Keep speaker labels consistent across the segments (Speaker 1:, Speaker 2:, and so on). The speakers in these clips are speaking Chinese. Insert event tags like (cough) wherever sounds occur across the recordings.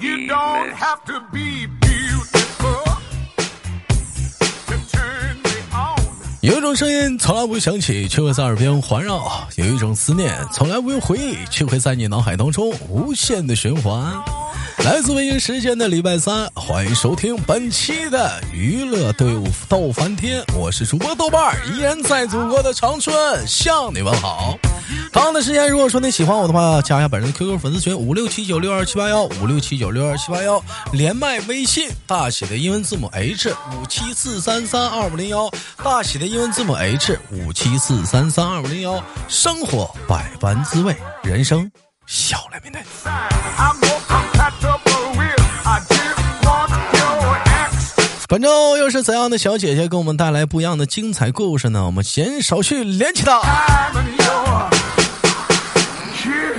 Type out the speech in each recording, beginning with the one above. Speaker 1: You don't have to be beautiful to turn me on.
Speaker 2: 有一种声音从来不会响起，却会在耳边环绕；有一种思念从来不用回忆，却会在你脑海当中无限的循环。来自北京时间的礼拜三，欢迎收听本期的娱乐队伍斗翻天，我是主播豆瓣儿，依然在祖国的长春向你们好。同样的时间，如果说你喜欢我的话，加一下本人的 QQ 粉丝群五六七九六二七八幺五六七九六二七八幺，连麦微信大写的英文字母 H 五七四三三二五零幺，大写的英文字母 H 五七四三三二五零幺。生活百般滋味，人生笑来面对。
Speaker 1: I'm more compatible with. I just want your ex.
Speaker 2: 本周又是怎样的小姐姐给我们带来不一样的精彩故事呢？我们闲少去连起她。
Speaker 1: I'm in your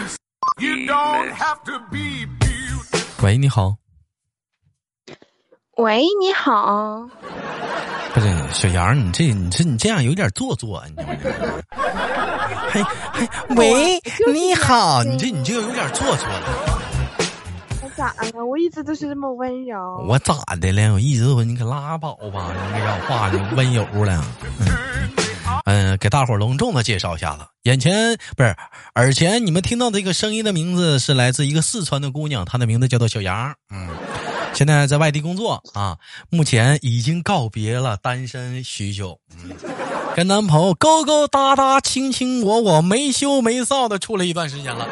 Speaker 1: kiss. You don't have to be beautiful.
Speaker 2: 喂，你好，
Speaker 3: 喂，你好，
Speaker 2: 不是小杨，你这你这你这样有点做作啊，你这玩意儿。 (laughs) 嘿，嘿，喂，你好，你这你这有点做作了。
Speaker 3: 我咋了？我一直都是这么温柔。
Speaker 2: 我咋的了？我一直说你可拉倒吧，你这讲话呢温柔了。嗯、呃给大伙儿隆重的介绍一下子，眼前不是耳前你们听到这个声音的名字是来自一个四川的姑娘，她的名字叫做小杨。嗯，现在在外地工作啊，目前已经告别了单身许久。嗯。跟男朋友勾勾搭搭、卿卿我我、没羞没臊的处了一段时间了，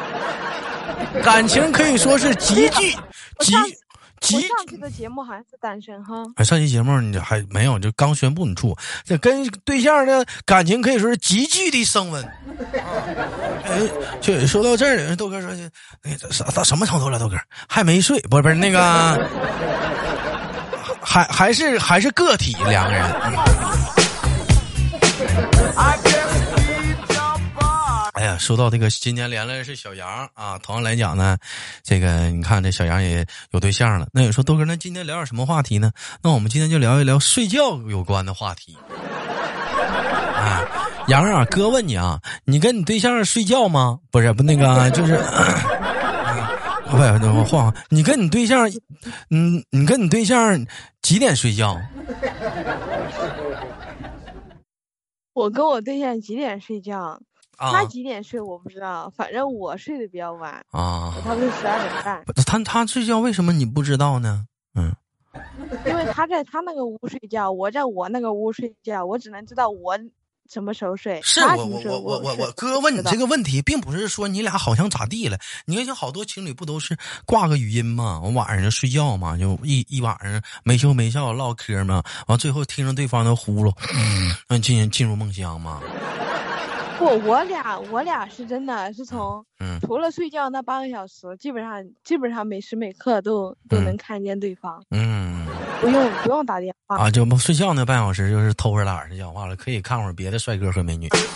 Speaker 2: 感情可以说是急剧、急
Speaker 3: 上次我
Speaker 2: 急
Speaker 3: 上期的节目好像是单身哈，
Speaker 2: 哎，上期节目你还没有，就刚宣布你处，这跟对象的感情可以说是急剧的升温。哎，就说到这儿了，豆哥说，那个啥到什么程度了？豆哥还没睡，不是不是那个， (laughs) 还还是还是个体两个人。嗯
Speaker 1: I just need your body.
Speaker 2: 哎呀，说到这个，今年连来是小杨啊，同样来讲呢，这个你看这小杨也有对象了。那有说豆哥，那今天聊点什么话题呢？那我们今天就聊一聊睡觉有关的话题。啊，杨啊，哥问你啊，你跟你对象睡觉吗？不是，不那个啊就是，啊不是，我换换，你跟你对象，嗯，你跟你对象几点睡觉？
Speaker 3: 我跟我对象几点睡觉？
Speaker 2: 啊
Speaker 3: 他几点睡我不知道，反正我睡得比较晚，
Speaker 2: 啊
Speaker 3: 我，差不多十二点半，
Speaker 2: 不他他睡觉为什么你不知道呢？嗯。
Speaker 3: 因为他在他那个屋睡觉，我在我那个屋睡觉，我只能知道我什么时候睡，
Speaker 2: 是
Speaker 3: 他
Speaker 2: 我我
Speaker 3: 什么时
Speaker 2: 我
Speaker 3: 候
Speaker 2: 我我
Speaker 3: 睡
Speaker 2: 我哥问你
Speaker 3: 知道
Speaker 2: 这个问题，并不是说你俩好像咋地了。你看，像好多情侣不都是挂个语音嘛，完晚上就睡觉嘛，就一一晚上没羞没臊唠嗑嘛，完最后听着对方的呼噜，嗯，进进入梦乡嘛。
Speaker 3: 不，我俩我俩是真的是从
Speaker 2: 嗯
Speaker 3: 除了睡觉那半个小时，基本上基本上每时每刻都都
Speaker 2: 嗯
Speaker 3: 能看见对方，
Speaker 2: 嗯
Speaker 3: 不用不用打电话。
Speaker 2: 啊，就睡觉那半小时就是偷着懒儿睡觉，完了可以看会儿别的帅哥和美女。
Speaker 1: Baby,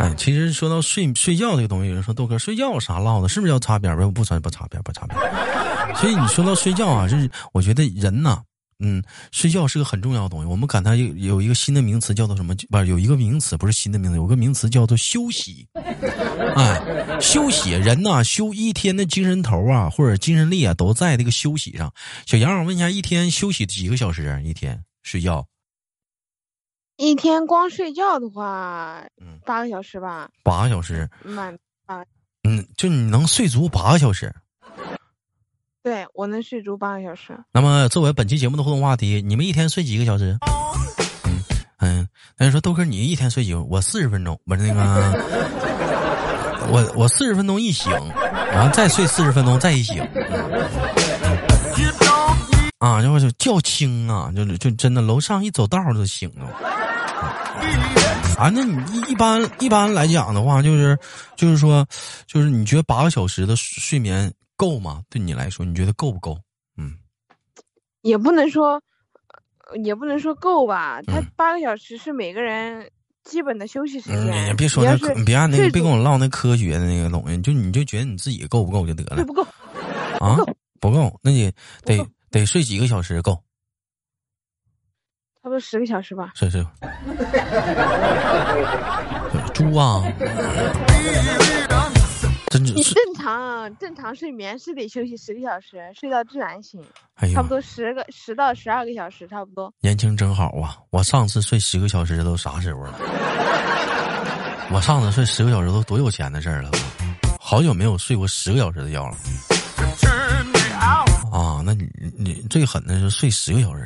Speaker 2: 哎，其实说到睡睡觉这个东西，有人说豆哥睡觉有啥唠的，是不是要擦边儿？不不擦不擦边儿不擦边儿。所以你说到睡觉啊，就是我觉得人呐、嗯，睡觉是个很重要的东西。我们赶它有有一个新的名词叫做什么？不是有一个名词不是新的名词，有个名词叫做休息。哎，休息，人呐、休一天的精神头啊，或者精神力啊，都在这个休息上。小杨，我问一下，一天休息几个小时啊？一天睡觉
Speaker 3: 一天光睡觉的话
Speaker 2: 嗯，
Speaker 3: 八个小时吧，
Speaker 2: 八个小时，
Speaker 3: 满
Speaker 2: 嗯，就你能睡足八个小时。
Speaker 3: 对我能睡足八个小时。
Speaker 2: 那么，作为本期节目的互动话题，你们一天睡几个小时？嗯嗯，那你说豆哥，你一天睡几个？我四十分钟，不是那个，我我四十分钟一醒，然后再睡四十分钟再一醒
Speaker 1: you don't need
Speaker 2: 啊，然后就叫轻啊，就就真的楼上一走道就醒了
Speaker 1: it.
Speaker 2: 啊。那你一一般一般来讲的话，就是就是说，就是你觉得八个小时的睡睡眠够吗？对你来说，你觉得够不够？嗯
Speaker 3: 也不能说，呃也不能说够吧。他
Speaker 2: 嗯
Speaker 3: 八个小时是每个人基本的休息时
Speaker 2: 嗯，
Speaker 3: 间。
Speaker 2: 也别说
Speaker 3: 你
Speaker 2: 那
Speaker 3: 要
Speaker 2: 科，
Speaker 3: 是
Speaker 2: 你别按那个，
Speaker 3: 睡
Speaker 2: 别跟
Speaker 3: 足
Speaker 2: 我唠那科学的那个东西，就你就觉得你自己够不够就得
Speaker 3: 睡
Speaker 2: 了
Speaker 3: 不够，
Speaker 2: 啊？不够，那你
Speaker 3: 不
Speaker 2: 得
Speaker 3: 够
Speaker 2: 得睡几个小时够？
Speaker 3: 差不多十个小时吧。
Speaker 2: 睡睡。猪啊，啊
Speaker 1: Be it.
Speaker 2: 真
Speaker 3: 你
Speaker 2: 是，
Speaker 3: 正常正常睡眠是得休息十个小时，睡到自然醒，
Speaker 2: 哎
Speaker 3: 差
Speaker 2: 呦，哦
Speaker 3: 不多十个十到十二个小时，差不多。
Speaker 2: 年轻真好啊！我上次睡十个小时都啥时候了？我上次睡十个小时都多有钱的事儿了，好久没有睡过十个小时的觉了
Speaker 1: to turn me out.
Speaker 2: 啊！那你你最狠的是睡十个小
Speaker 3: (laughs)
Speaker 2: 时，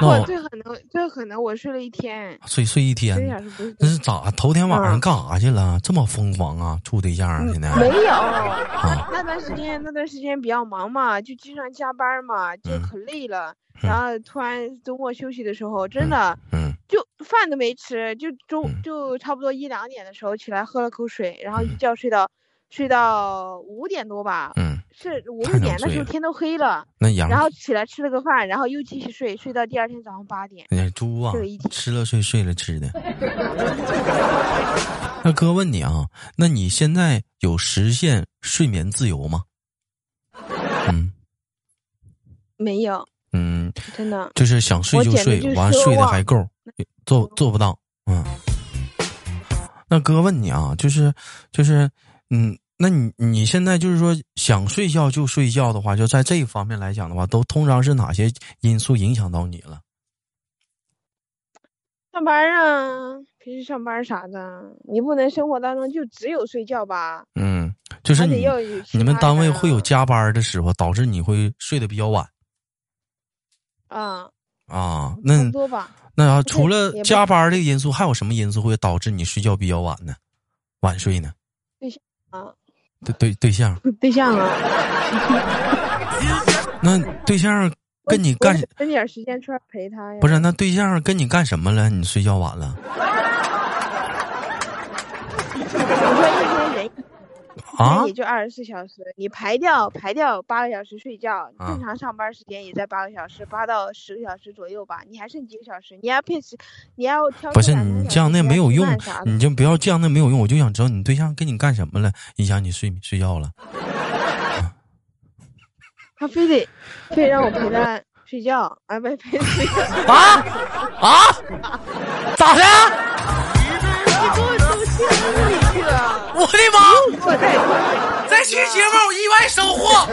Speaker 2: 那
Speaker 3: 我
Speaker 2: 我
Speaker 3: 最可能最可能我睡了一天，
Speaker 2: 睡睡一
Speaker 3: 十个小
Speaker 2: 天，
Speaker 3: 时不是
Speaker 2: 那是咋？头天晚上
Speaker 3: 嗯
Speaker 2: 干啥去了？这么疯狂啊？处对象啊？现在
Speaker 3: 没有。
Speaker 2: 啊
Speaker 3: 那段时间那段时间比较忙嘛，就经常加班嘛，就
Speaker 2: 嗯
Speaker 3: 可累了。
Speaker 2: 嗯
Speaker 3: 然后突然周末休息的时候，真的
Speaker 2: 嗯
Speaker 3: 就饭都没吃，就中
Speaker 2: 嗯
Speaker 3: 就差不多一两点的时候起来喝了口水，然后一
Speaker 2: 嗯
Speaker 3: 觉睡到睡到五点多吧，
Speaker 2: 嗯，
Speaker 3: 是五
Speaker 2: 太
Speaker 3: 六
Speaker 2: 能
Speaker 3: 点那
Speaker 2: 睡
Speaker 3: 时候
Speaker 2: 了
Speaker 3: 天都黑了，
Speaker 2: 那杨
Speaker 3: 然后起来吃了个饭，然后又继续睡，睡到第二天早上八点。
Speaker 2: 哎呀，猪啊
Speaker 3: 这个一，天
Speaker 2: 吃了睡，睡了吃的。 (laughs) 那哥问你啊，那你现在有实现睡眠自由吗？嗯
Speaker 3: 没有，
Speaker 2: 嗯，
Speaker 3: 真的
Speaker 2: 就是想睡
Speaker 3: 我
Speaker 2: 就
Speaker 3: 简直
Speaker 2: 睡，
Speaker 3: 就是
Speaker 2: 完
Speaker 3: 奢
Speaker 2: 睡的
Speaker 3: 望
Speaker 2: 还够，做做不到。嗯，那哥问你啊，就是就是嗯，那你你现在就是说想睡觉就睡觉的话，就在这一方面来讲的话，都通常是哪些因素影响到你了？
Speaker 3: 上班啊，平时上班啥的，你不能生活当中就只有睡觉吧？
Speaker 2: 嗯，就是
Speaker 3: 还得
Speaker 2: 你
Speaker 3: 要有其
Speaker 2: 你们
Speaker 3: 他
Speaker 2: 单位
Speaker 3: 的
Speaker 2: 会有加班的时候，导致你会睡得比较晚
Speaker 3: 啊，
Speaker 2: 啊？
Speaker 3: 差
Speaker 2: 那
Speaker 3: 不多吧。
Speaker 2: 那要
Speaker 3: 不是
Speaker 2: 除了
Speaker 3: 也不
Speaker 2: 加班的因素，还有什么因素会导致你睡觉比较晚呢？晚睡呢？
Speaker 3: 啊，
Speaker 2: 对对对象，
Speaker 3: 对象啊，
Speaker 2: 那对象
Speaker 3: 我
Speaker 2: 跟你
Speaker 3: 我
Speaker 2: 干
Speaker 3: 得分点时间出来陪他呀。
Speaker 2: 不是？那对象跟你干什么了？你睡觉晚了
Speaker 3: 你说一天人一
Speaker 2: 啊
Speaker 3: 天也？就二十四小时，你排掉排掉八个小时睡觉，
Speaker 2: 啊
Speaker 3: 正常上班时间也在八个小时，八到十个小时左右吧。你还剩几个小时？你要配时，你要挑
Speaker 2: 不
Speaker 3: 出
Speaker 2: 是
Speaker 3: 两三
Speaker 2: 你这样
Speaker 3: 小时
Speaker 2: 那
Speaker 3: 出来
Speaker 2: 没有
Speaker 3: 吃
Speaker 2: 用嗯
Speaker 3: 饭啥，的
Speaker 2: 你就不要这样那没有用。我就想知道你对象跟你干什么了，影响你睡睡觉了。
Speaker 3: 他非得非让我陪他睡觉，啊，不陪他睡觉。
Speaker 2: 啊啊！咋的？
Speaker 3: 你给我都气到屋里去了，
Speaker 2: 我的妈！
Speaker 3: 给我带出
Speaker 2: 在去节目我意外收获。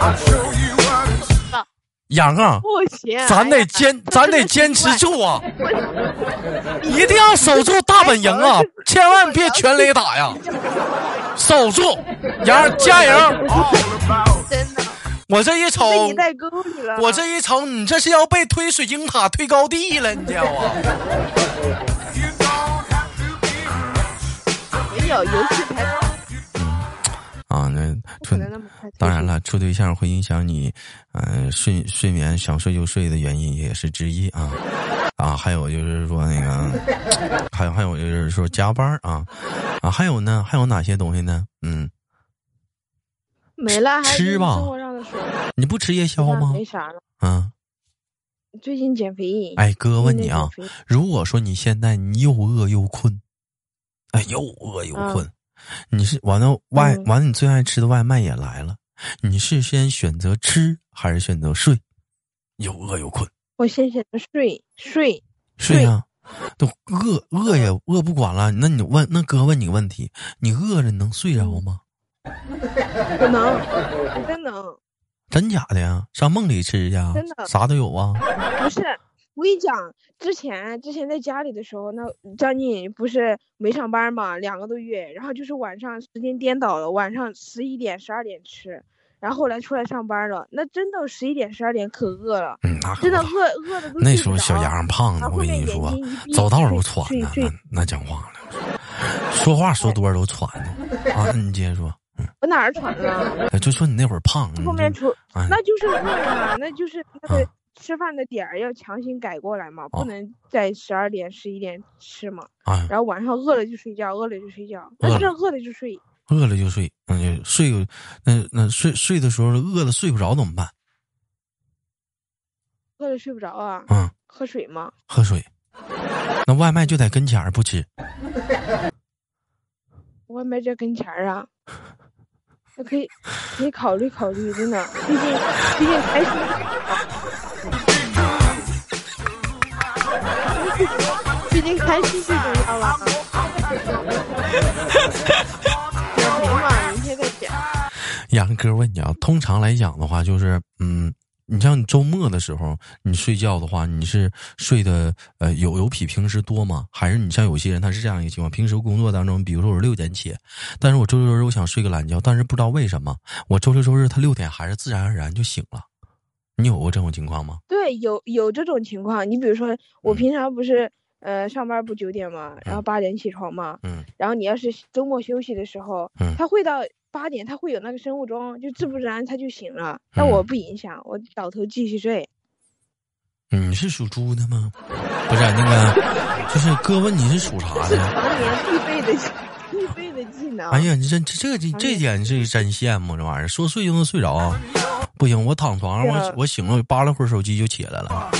Speaker 1: I'll show you what it's
Speaker 2: 杨啊，
Speaker 3: 不行，
Speaker 2: (laughs) 咱
Speaker 3: 哎
Speaker 2: 得
Speaker 3: 呀哎
Speaker 2: 坚，咱得坚持住啊！一定要守住大本
Speaker 3: 哎
Speaker 2: 营啊！千万别全垒打呀！守住，杨儿加油！
Speaker 1: all about.
Speaker 3: 真的
Speaker 2: 我这一瞅，
Speaker 3: 被你带沟里了。
Speaker 2: 哦我这一瞅，你这是要被推水晶塔推高地了，你知道吗？
Speaker 1: You don't have to be rich.
Speaker 3: 没有游戏才
Speaker 2: 啊，那
Speaker 3: 不可能那么快。
Speaker 2: 当然，了，处对象会影响你，嗯、睡睡眠想睡就睡的原因也是之一啊。啊，还有就是说那个，还有还有就是说加班儿啊，啊，还有呢，还有哪些东西呢？嗯，
Speaker 3: 没了，还有
Speaker 2: 吃
Speaker 3: 就是
Speaker 2: 吧
Speaker 3: 生活上的说，
Speaker 2: 你不吃夜宵
Speaker 3: 那
Speaker 2: 吗
Speaker 3: 没？啥了，
Speaker 2: 啊，
Speaker 3: 最近减肥。
Speaker 2: 哎，哥
Speaker 3: 最近
Speaker 2: 问
Speaker 3: 在
Speaker 2: 你啊，
Speaker 3: 减肥，
Speaker 2: 如果说你现在你又饿又困，哎，又饿又困，你是完了外、
Speaker 3: 嗯
Speaker 2: 完了，你最爱吃的外卖也来了，你是先选择吃还是选择睡？又饿又困。
Speaker 3: 我先选择睡睡，
Speaker 2: 是呀、啊都饿饿也饿不管了。那你问那哥问你个问题，你饿着能睡
Speaker 3: 嗯
Speaker 2: 着吗？
Speaker 3: 不能， (laughs) 真能，
Speaker 2: 真假的呀？上梦里吃去啊
Speaker 3: 真的
Speaker 2: 啥都有啊。
Speaker 3: 不是。我跟你讲，之前之前在家里的时候，那将近不是没上班嘛，两个多月，然后就是晚上时间颠倒了，晚上十一点十二点吃，然后后来出来上班了，那真的十一点十二点可饿了，
Speaker 2: 嗯，那可
Speaker 3: 真的
Speaker 2: 不咋
Speaker 3: 饿饿的都
Speaker 2: 那
Speaker 3: 睡
Speaker 2: 时候
Speaker 3: 不
Speaker 2: 小
Speaker 3: 着
Speaker 2: 杨胖的，
Speaker 3: 然
Speaker 2: 我
Speaker 3: 后
Speaker 2: 跟
Speaker 3: 那
Speaker 2: 你
Speaker 3: 眼
Speaker 2: 说
Speaker 3: 睛一，闭
Speaker 2: 走道儿都
Speaker 3: 睡
Speaker 2: 喘
Speaker 3: 睡
Speaker 2: 呢，
Speaker 3: 睡
Speaker 2: 那那讲话了，说话说多了都喘呢。啊，那你接着说，
Speaker 3: 我哪儿喘了？
Speaker 2: 哎就说你那会儿胖，你
Speaker 3: 后面
Speaker 2: 就
Speaker 3: 出
Speaker 2: 哎 (laughs)
Speaker 3: 那就是饿呀，那就是那
Speaker 2: 啊
Speaker 3: 个吃饭的点儿要强行改过来嘛，
Speaker 2: 哦
Speaker 3: 不能在十二点十一点吃嘛。
Speaker 2: 哎
Speaker 3: 然后晚上饿了就睡觉，饿了就睡觉，
Speaker 2: 饿
Speaker 3: 那
Speaker 2: 了
Speaker 3: 这饿了就睡，
Speaker 2: 饿了就睡，嗯，就睡那那睡睡的时候饿了睡不着怎么办？
Speaker 3: 饿了睡不着啊，
Speaker 2: 嗯，
Speaker 3: 喝水嘛。
Speaker 2: 喝水，那外卖就在跟前儿不吃。
Speaker 3: 外卖这跟前儿
Speaker 2: (laughs)
Speaker 3: 啊，那可以可以考虑考虑，真的，毕竟毕竟还是毕竟开心最重要吧。
Speaker 2: 雅哥问你啊，通常来讲的话，就是嗯，你像你周末的时候，你睡觉的话，你是睡的呃有有比平时多吗？还是你像有些人他是这样一个情况，平时工作当中，比如说我是六点起，但是我周六周日我想睡个懒觉，但是不知道为什么我周六周日他六点还是自然而然就醒了。你有过这种情况吗？
Speaker 3: 对，有有这种情况。你比如说，我
Speaker 2: 嗯
Speaker 3: 平常不是呃上班不九点嘛，然后
Speaker 2: 嗯
Speaker 3: 八点起床嘛，
Speaker 2: 嗯
Speaker 3: 然后你要是周末休息的时候，
Speaker 2: 嗯
Speaker 3: 他会到八点，他会有那个生物钟，就自不然他就醒了。但我
Speaker 2: 嗯
Speaker 3: 不影响，我倒头继续睡。
Speaker 2: 嗯你是属猪的吗？不是那个，就是哥问你是属啥
Speaker 3: 这是
Speaker 2: 的？
Speaker 3: 常年必备的技 (laughs) 必备的技能。
Speaker 2: 哎呀，你这这这
Speaker 3: 哎
Speaker 2: 这点是真羡慕这玩意儿，说睡就能睡着啊！不行，我躺床上，
Speaker 3: 是
Speaker 2: 我
Speaker 3: 啊
Speaker 2: 我醒了，我扒拉会儿手机就起来了。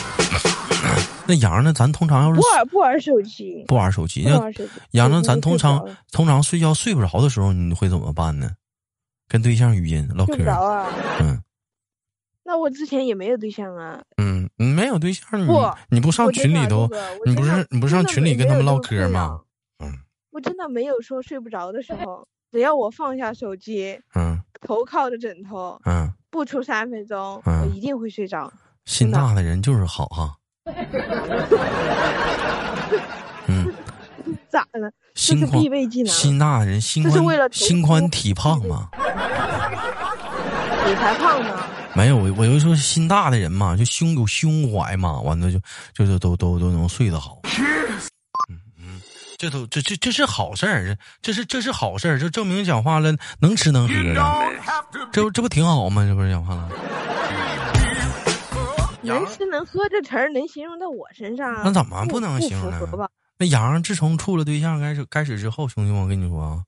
Speaker 2: (coughs) 那杨呢？咱通常要是
Speaker 3: 不玩不玩手机，
Speaker 2: 不玩手机，
Speaker 3: 不
Speaker 2: 那
Speaker 3: 玩手机。
Speaker 2: 杨呢？
Speaker 3: 手机
Speaker 2: 咱
Speaker 3: 就
Speaker 2: 通
Speaker 3: 睡不
Speaker 2: 常
Speaker 3: 着了
Speaker 2: 通常睡觉睡不着的时候，你会怎么办呢？跟对象语音唠
Speaker 3: 睡不
Speaker 2: 嗑
Speaker 3: 着，啊。
Speaker 2: 嗯
Speaker 3: 那我之前也没有对象啊，
Speaker 2: 嗯，你没有对象，你
Speaker 3: 不
Speaker 2: 你不上
Speaker 3: 我真
Speaker 2: 群
Speaker 3: 的
Speaker 2: 里
Speaker 3: 这
Speaker 2: 头，
Speaker 3: 个我
Speaker 2: 你
Speaker 3: 真
Speaker 2: 不
Speaker 3: 的
Speaker 2: 是你不是
Speaker 3: 真
Speaker 2: 上
Speaker 3: 的
Speaker 2: 群
Speaker 3: 没
Speaker 2: 里跟他
Speaker 3: 没
Speaker 2: 们
Speaker 3: 有
Speaker 2: 唠
Speaker 3: 这
Speaker 2: 嗑
Speaker 3: 个困
Speaker 2: 吗
Speaker 3: 扰？
Speaker 2: 嗯
Speaker 3: 我真的没有说睡不着的时候，只要我放下手机，
Speaker 2: 嗯
Speaker 3: 头靠着枕头，
Speaker 2: 嗯，
Speaker 3: 不出三分钟，我
Speaker 2: 嗯
Speaker 3: 一定会睡着。
Speaker 2: 心
Speaker 3: 真的
Speaker 2: 大的人就是好哈。嗯，
Speaker 3: 咋了？这
Speaker 2: 心
Speaker 3: 是
Speaker 2: 宽
Speaker 3: 必备技能，
Speaker 2: 心大的人心
Speaker 3: 这是为
Speaker 2: 宽
Speaker 3: 了投
Speaker 2: 心宽
Speaker 3: 资
Speaker 2: 体胖嘛？
Speaker 3: 你才胖呢。
Speaker 2: 没有，我我就说心大的人嘛，就胸有胸怀嘛，完了就就就都都都能睡得好。嗯嗯，这都这这这是好事儿，这这是这是好事儿，这证明讲话了能吃能喝
Speaker 1: You
Speaker 2: 的，
Speaker 1: don't have to
Speaker 2: 这不这不挺好吗？这不是讲话了。
Speaker 3: 能吃能喝这词儿能形容到我身上，
Speaker 2: 那怎么不能形容
Speaker 3: 不符合
Speaker 2: 呢
Speaker 3: 吧？
Speaker 2: 那洋洋自从处了对象开始开始之后，兄弟们，我跟你说啊，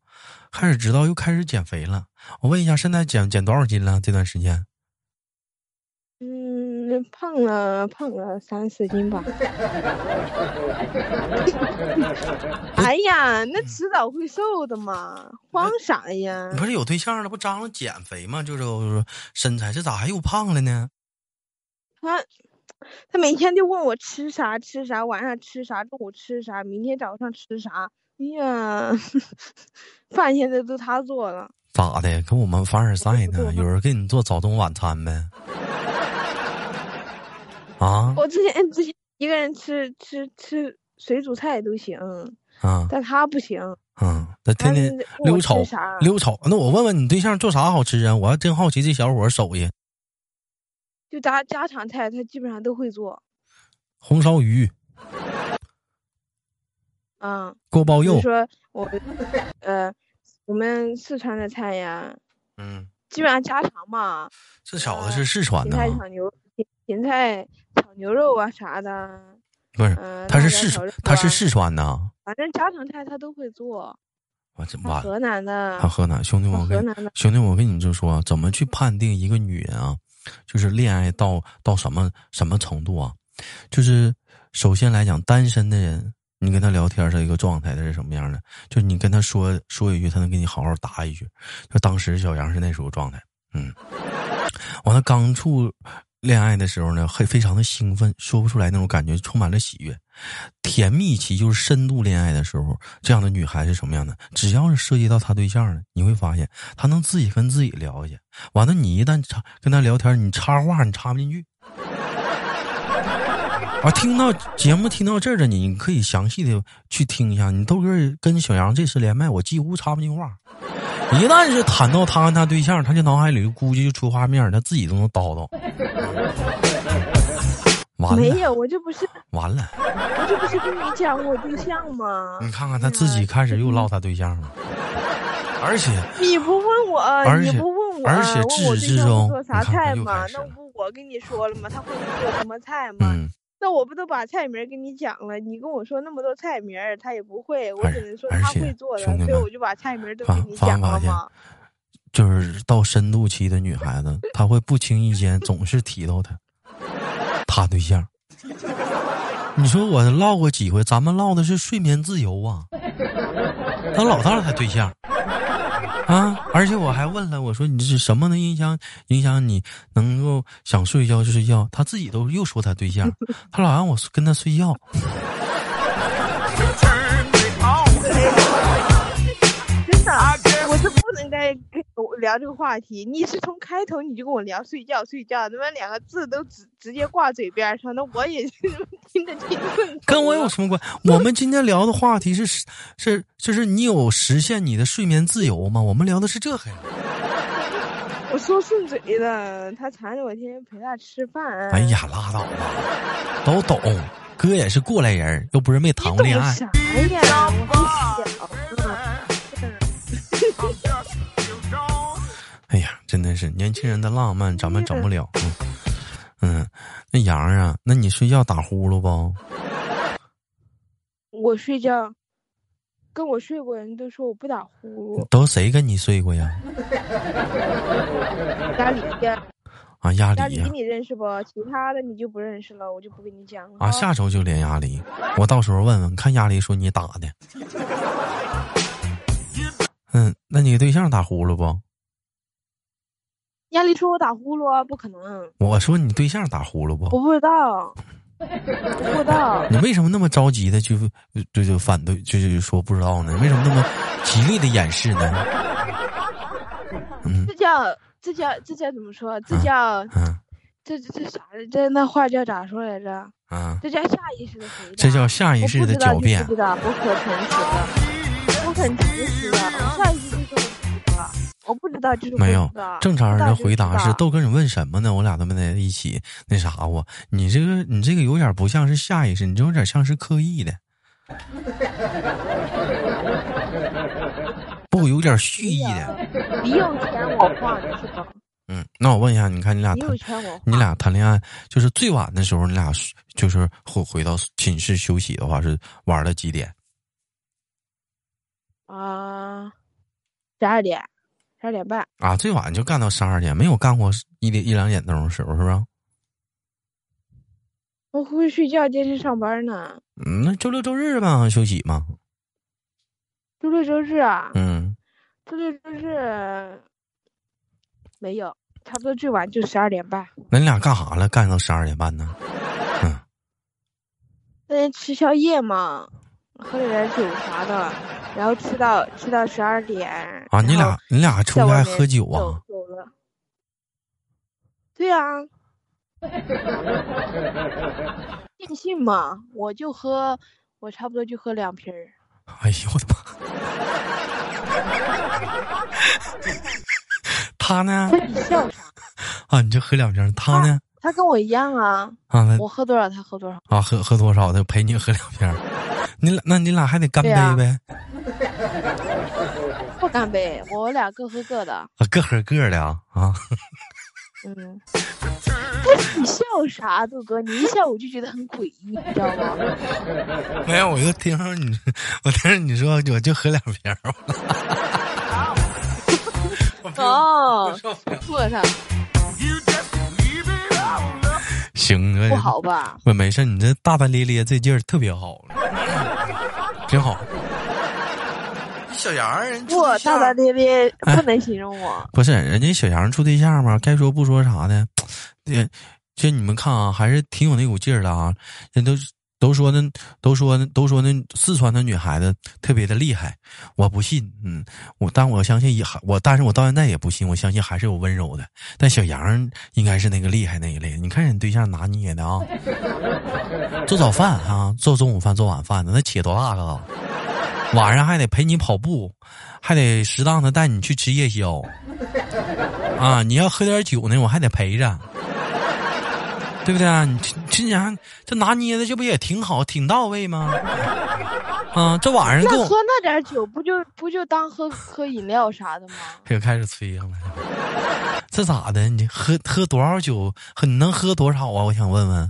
Speaker 2: 开始知道又开始减肥了。我问一下，现在减减多少斤了？这段时间
Speaker 3: 嗯，胖了胖了三四
Speaker 2: (laughs)
Speaker 3: 斤吧。 (laughs) 哎呀，那迟早会瘦的
Speaker 2: 哎
Speaker 3: 嘛，慌啥呀
Speaker 2: 你？不是有对象了，不张罗减肥吗？就是说身材，这咋还又胖了呢？
Speaker 3: 他他每天就问我吃啥吃啥，晚上吃啥，中午吃啥，明天早上吃啥。哎呀， (laughs) 饭现在都他做了，
Speaker 2: 咋的？跟我们凡尔赛
Speaker 3: 我 (laughs)
Speaker 2: 呢？
Speaker 3: 不做饭
Speaker 2: 有人给你做早中晚餐呗？啊
Speaker 3: 我之前之前一个人吃吃吃水煮菜都行，
Speaker 2: 啊
Speaker 3: 但他不行，
Speaker 2: 嗯，他天天
Speaker 3: (laughs) 他问我
Speaker 2: 溜炒
Speaker 3: 吃啥
Speaker 2: 溜炒。那我问问你对象做啥好吃啊？我还真好奇这小伙儿手艺，
Speaker 3: 就家家常菜他基本上都会做。
Speaker 2: 红烧鱼、
Speaker 3: 嗯，
Speaker 2: 锅包
Speaker 3: 比
Speaker 2: 肉
Speaker 3: 如。说我们呃我们四川的菜呀，
Speaker 2: 嗯，
Speaker 3: 基本上家常嘛，
Speaker 2: 这小子是四川
Speaker 3: 芹
Speaker 2: 的啊
Speaker 3: 菜
Speaker 2: 吗
Speaker 3: 炒牛芹芹菜炒牛肉啊啥的。
Speaker 2: 不是，
Speaker 3: 嗯，
Speaker 2: 他
Speaker 3: 辣
Speaker 2: 是
Speaker 3: 椒
Speaker 2: 四
Speaker 3: 炒
Speaker 2: 川
Speaker 3: 肉，
Speaker 2: 他是
Speaker 3: 啊
Speaker 2: 四川的。
Speaker 3: 反正家常菜他都会做，
Speaker 2: 我真
Speaker 3: 他
Speaker 2: 完了，
Speaker 3: 河南的，
Speaker 2: 他河南兄弟们，
Speaker 3: 他
Speaker 2: 我
Speaker 3: 河
Speaker 2: 跟
Speaker 3: 南的，
Speaker 2: 兄弟们，我跟你就说啊，怎么去判定一个女人啊，就是恋爱到到什么什么程度啊？就是首先来讲，单身的人，你跟他聊天的一个状态，他是什么样的？就是你跟他说说一句，他能给你好好答一句。就当时小杨是那时候状态，嗯，完了刚处恋爱的时候呢，还非常的兴奋，说不出来那种感觉，充满了喜悦。甜蜜期就是深度恋爱的时候，这样的女孩是什么样的？只要是涉及到她对象了，你会发现她能自己跟自己聊去。完了，你一旦插跟她聊天，你插话你插不进去。 (laughs) 啊，听到节目听到这儿的你，你可以详细的去听一下。你豆哥跟小杨这次连麦，我几乎插不进话。一旦是谈到他跟他对象，他就脑海里估计就出画面，他自己都能叨
Speaker 3: (laughs)
Speaker 2: 叨。完
Speaker 3: 没
Speaker 2: 了，
Speaker 3: 有，我这不是
Speaker 2: 完了。
Speaker 3: 我这不是跟你讲我对象吗？
Speaker 2: 你看看他自己开始又唠他对象了，而且
Speaker 3: 你不问我，
Speaker 2: 而
Speaker 3: 你
Speaker 2: 且
Speaker 3: 不问我，
Speaker 2: 而且
Speaker 3: 问我
Speaker 2: 至始
Speaker 3: 对
Speaker 2: 至
Speaker 3: 象
Speaker 2: 终
Speaker 3: 会做啥
Speaker 2: 你看
Speaker 3: 菜
Speaker 2: 又开
Speaker 3: 吗？
Speaker 2: 始
Speaker 3: 那
Speaker 2: 了
Speaker 3: 不我跟你说了吗？他会做什么菜吗？
Speaker 2: 嗯，
Speaker 3: 那我不都把菜名儿跟你讲了？你跟我说那么多菜名儿，他也不会，我
Speaker 2: 而
Speaker 3: 只能说
Speaker 2: 而
Speaker 3: 他
Speaker 2: 且
Speaker 3: 会做的，
Speaker 2: 兄弟
Speaker 3: 所以
Speaker 2: 们
Speaker 3: 我就把菜名儿都
Speaker 2: 发
Speaker 3: 跟你
Speaker 2: 发
Speaker 3: 讲
Speaker 2: 没发
Speaker 3: 了
Speaker 2: 现
Speaker 3: 嘛。
Speaker 2: 就是到深度期的女孩子，她会不经意间总是提到他，他对象。你说我唠过几回？咱们唠的是睡眠自由啊，他老道他对象啊，而且我还问了，我说你是什么能影响影响你能够想睡觉就睡觉？他自己都又说他对象，他老让我跟他睡觉。
Speaker 1: turn me on.
Speaker 3: 真的
Speaker 1: I，guess
Speaker 3: 我是不能该跟我聊这个话题，你是从开头你就跟我聊睡觉睡觉，他妈两个字都直直接挂嘴边上，那我也是听着听困。
Speaker 2: 跟我有什么关？我们今天聊的话题是是就是你有实现你的睡眠自由吗？我们聊的是这个呀。
Speaker 3: 我说顺嘴的，他缠着我天天陪他吃饭。
Speaker 2: 哎，呀，拉倒吧，都懂。哥也是过来人，又不是没谈过
Speaker 3: 懂
Speaker 2: 恋爱。
Speaker 3: 啥呀？我不小。
Speaker 1: (laughs)
Speaker 2: 哎呀，真的是年轻人的浪漫，咱们整不了。嗯，嗯那杨儿啊，那你睡觉打呼噜不？
Speaker 3: 我睡觉，跟我睡过的人都说我不打呼噜，
Speaker 2: 都谁跟你睡过呀？
Speaker 3: 家里呀，
Speaker 2: 啊，鸭
Speaker 3: 家
Speaker 2: 梨
Speaker 3: 里
Speaker 2: 呀、
Speaker 3: 跟你认识不？其他的你就不认识了，我就不跟你讲了。
Speaker 2: 啊，下周就连鸭梨，我到时候问问看鸭梨说你打的。嗯，那你对象打呼噜不？
Speaker 3: 压力说我打呼噜啊，不可能，
Speaker 2: 我说你对象打呼噜不？
Speaker 3: 我不知道，我不知道，
Speaker 2: 你为什么那么着急的去就就反对，就就说不知道呢？为什么那么极力的掩饰呢？
Speaker 3: 这叫这叫这叫怎么说？这叫
Speaker 2: 嗯
Speaker 3: 这这这啥？这那话叫咋说来着？
Speaker 2: 啊，
Speaker 3: 这叫下意识的回答。
Speaker 2: 这叫下意识的狡辩
Speaker 3: 我不知道就不知道，我可诚实了，我很诚实的，我下意识就是我不知道，我不知道就是我不
Speaker 2: 没
Speaker 3: 知
Speaker 2: 有
Speaker 3: 道。
Speaker 2: 正常人的回答是
Speaker 3: 都
Speaker 2: 豆哥，你问什么呢？我俩他妈在一起那啥我，你这个你这个有点不像是下意识，你这有点像是刻意
Speaker 3: (laughs)
Speaker 2: 的，不有点蓄意的。
Speaker 3: 你有钱我花，你知道吧？
Speaker 2: 嗯，那我问一下，你看你俩
Speaker 3: 你
Speaker 2: 谈
Speaker 3: 有钱我花。
Speaker 2: 你俩谈恋爱就是最晚的时候，你俩是就是回回到寝室休息的话是玩到几点？
Speaker 3: 啊，十二点，十二点半，
Speaker 2: 啊，最晚就干到十二点，没有干过一点一两点钟的时候，是吧？
Speaker 3: 我回去睡觉，今天上班呢。
Speaker 2: 嗯，那周六周日吧，休息嘛。
Speaker 3: 周六周日啊，
Speaker 2: 嗯，
Speaker 3: 周六周日没有，差不多最晚就十二点半。
Speaker 2: 那你俩干啥了？干到十二点半呢？
Speaker 3: 那天吃宵夜嘛，喝了点酒啥的，然后吃到吃到十二点。
Speaker 2: 啊，你
Speaker 3: 然后
Speaker 2: 俩你俩出
Speaker 3: 在
Speaker 2: 去
Speaker 3: 外
Speaker 2: 还
Speaker 3: 面
Speaker 2: 喝酒
Speaker 3: 走
Speaker 2: 啊？
Speaker 3: 走了。对啊。尽兴嘛，我就喝，我差不多就喝两瓶儿。
Speaker 2: 哎呦我的妈！ (laughs) 他呢
Speaker 3: 不？是你笑啥？
Speaker 2: 啊，你就喝两瓶。他呢？
Speaker 3: 他跟我一样啊，
Speaker 2: 啊，那
Speaker 3: 我喝多少他喝多少。
Speaker 2: 啊，喝喝多少的陪你喝两瓶。你俩那你俩还得干杯
Speaker 3: 对啊
Speaker 2: 呗，
Speaker 3: 不干杯，我俩各喝各的。
Speaker 2: 啊，各喝各的啊啊。
Speaker 3: 嗯，
Speaker 2: (laughs)
Speaker 3: 你笑啥，杜哥？你一笑我就觉得很诡异，你知道吗？
Speaker 2: 没有，我就听着你， (laughs) 我听着你说我就喝两瓶儿。 (laughs)
Speaker 3: 哦，坐上
Speaker 2: 行，
Speaker 3: 不好吧？
Speaker 2: 我没事，你这大大咧咧这劲儿特别好，挺好。 (laughs) 小杨儿人
Speaker 3: 不，大大咧咧不能形容我。
Speaker 2: 不是人家小杨处对象嘛，该说不说啥的，对，就你们看啊，还是挺有那股劲儿的啊。人都都说那都说那都说那四川的女孩子特别的厉害，我不信，嗯，我但我相信也还我，但是我到现在也不信，我相信还是有温柔的。但小杨应该是那个厉害那一类，你看人对象拿捏的啊，做早饭啊，做中午饭，做晚饭的，那起多大个啊？晚上还得陪你跑步，还得适当的带你去吃夜宵。啊，你要喝点酒呢，我还得陪着，对不对啊？你这这家这拿捏的，这不也挺好，挺到位吗？啊，这晚上跟
Speaker 3: 那
Speaker 2: 我
Speaker 3: 喝那点酒不就不就当喝喝饮料啥的吗？
Speaker 2: 又开始吹上来了。 (laughs) 这咋的？你喝喝多少酒？喝你能喝多少啊？我想问问。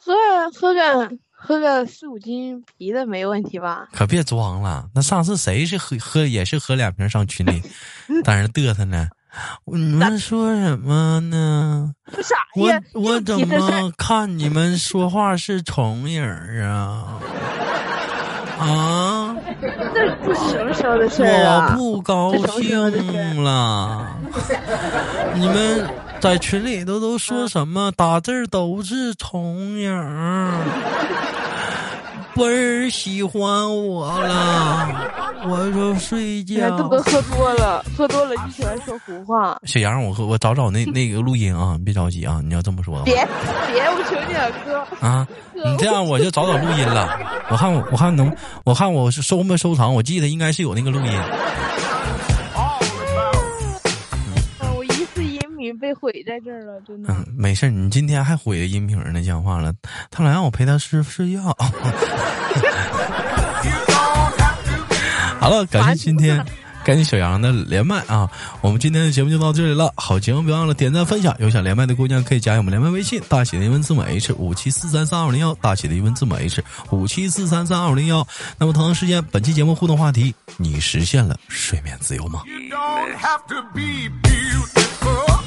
Speaker 3: 喝喝个喝个四五斤啤的没问题吧？
Speaker 2: 可别装了，那上次谁是喝喝也是喝两瓶上群里，在那嘚瑟呢？你们说什么呢？
Speaker 3: 不啥
Speaker 2: 我
Speaker 3: 哎呀？
Speaker 2: 我
Speaker 3: 这
Speaker 2: 怎
Speaker 3: 种啤的事儿
Speaker 2: 么 (laughs) 看你们说话是重影儿啊？ (laughs) 啊！
Speaker 3: 这这是什么时候的事儿
Speaker 2: 我
Speaker 3: 啊？
Speaker 2: 不高兴了。你们在群里头都说什么？打字都是重影儿，不儿喜欢我了，我说睡觉。
Speaker 3: 豆哥喝多了，喝多了就喜欢说胡话。
Speaker 2: 小杨，我和我找
Speaker 3: (laughs)
Speaker 2: 找那那个录音啊，你别着急啊，你要这么说的
Speaker 3: 别
Speaker 2: 话
Speaker 3: 别，我求你了，哥。
Speaker 2: 啊，你这样我就找找录音了。我看我我看能，我看我是收没收藏，我记得应该是有那个录音。
Speaker 1: all about.
Speaker 3: 嗯，我疑似音频被毁在这儿了，真的。
Speaker 2: 嗯，没事儿，你今天还毁了音频呢，讲话了。他老让我陪他睡睡觉。 (laughs)
Speaker 1: You don't have to be
Speaker 2: 好了，感谢今天，感谢小杨的连麦啊！我们今天的节目就到这里了。好节目别忘了点赞分享，有想连麦的姑娘可以加我们连麦微信，大写的英文字母 H 五七四三三二零幺，大写的英文字母 H 五七四三三二零幺。那么同样时间，本期节目互动话题：你实现了睡眠自由吗？
Speaker 1: You don't have to be beautiful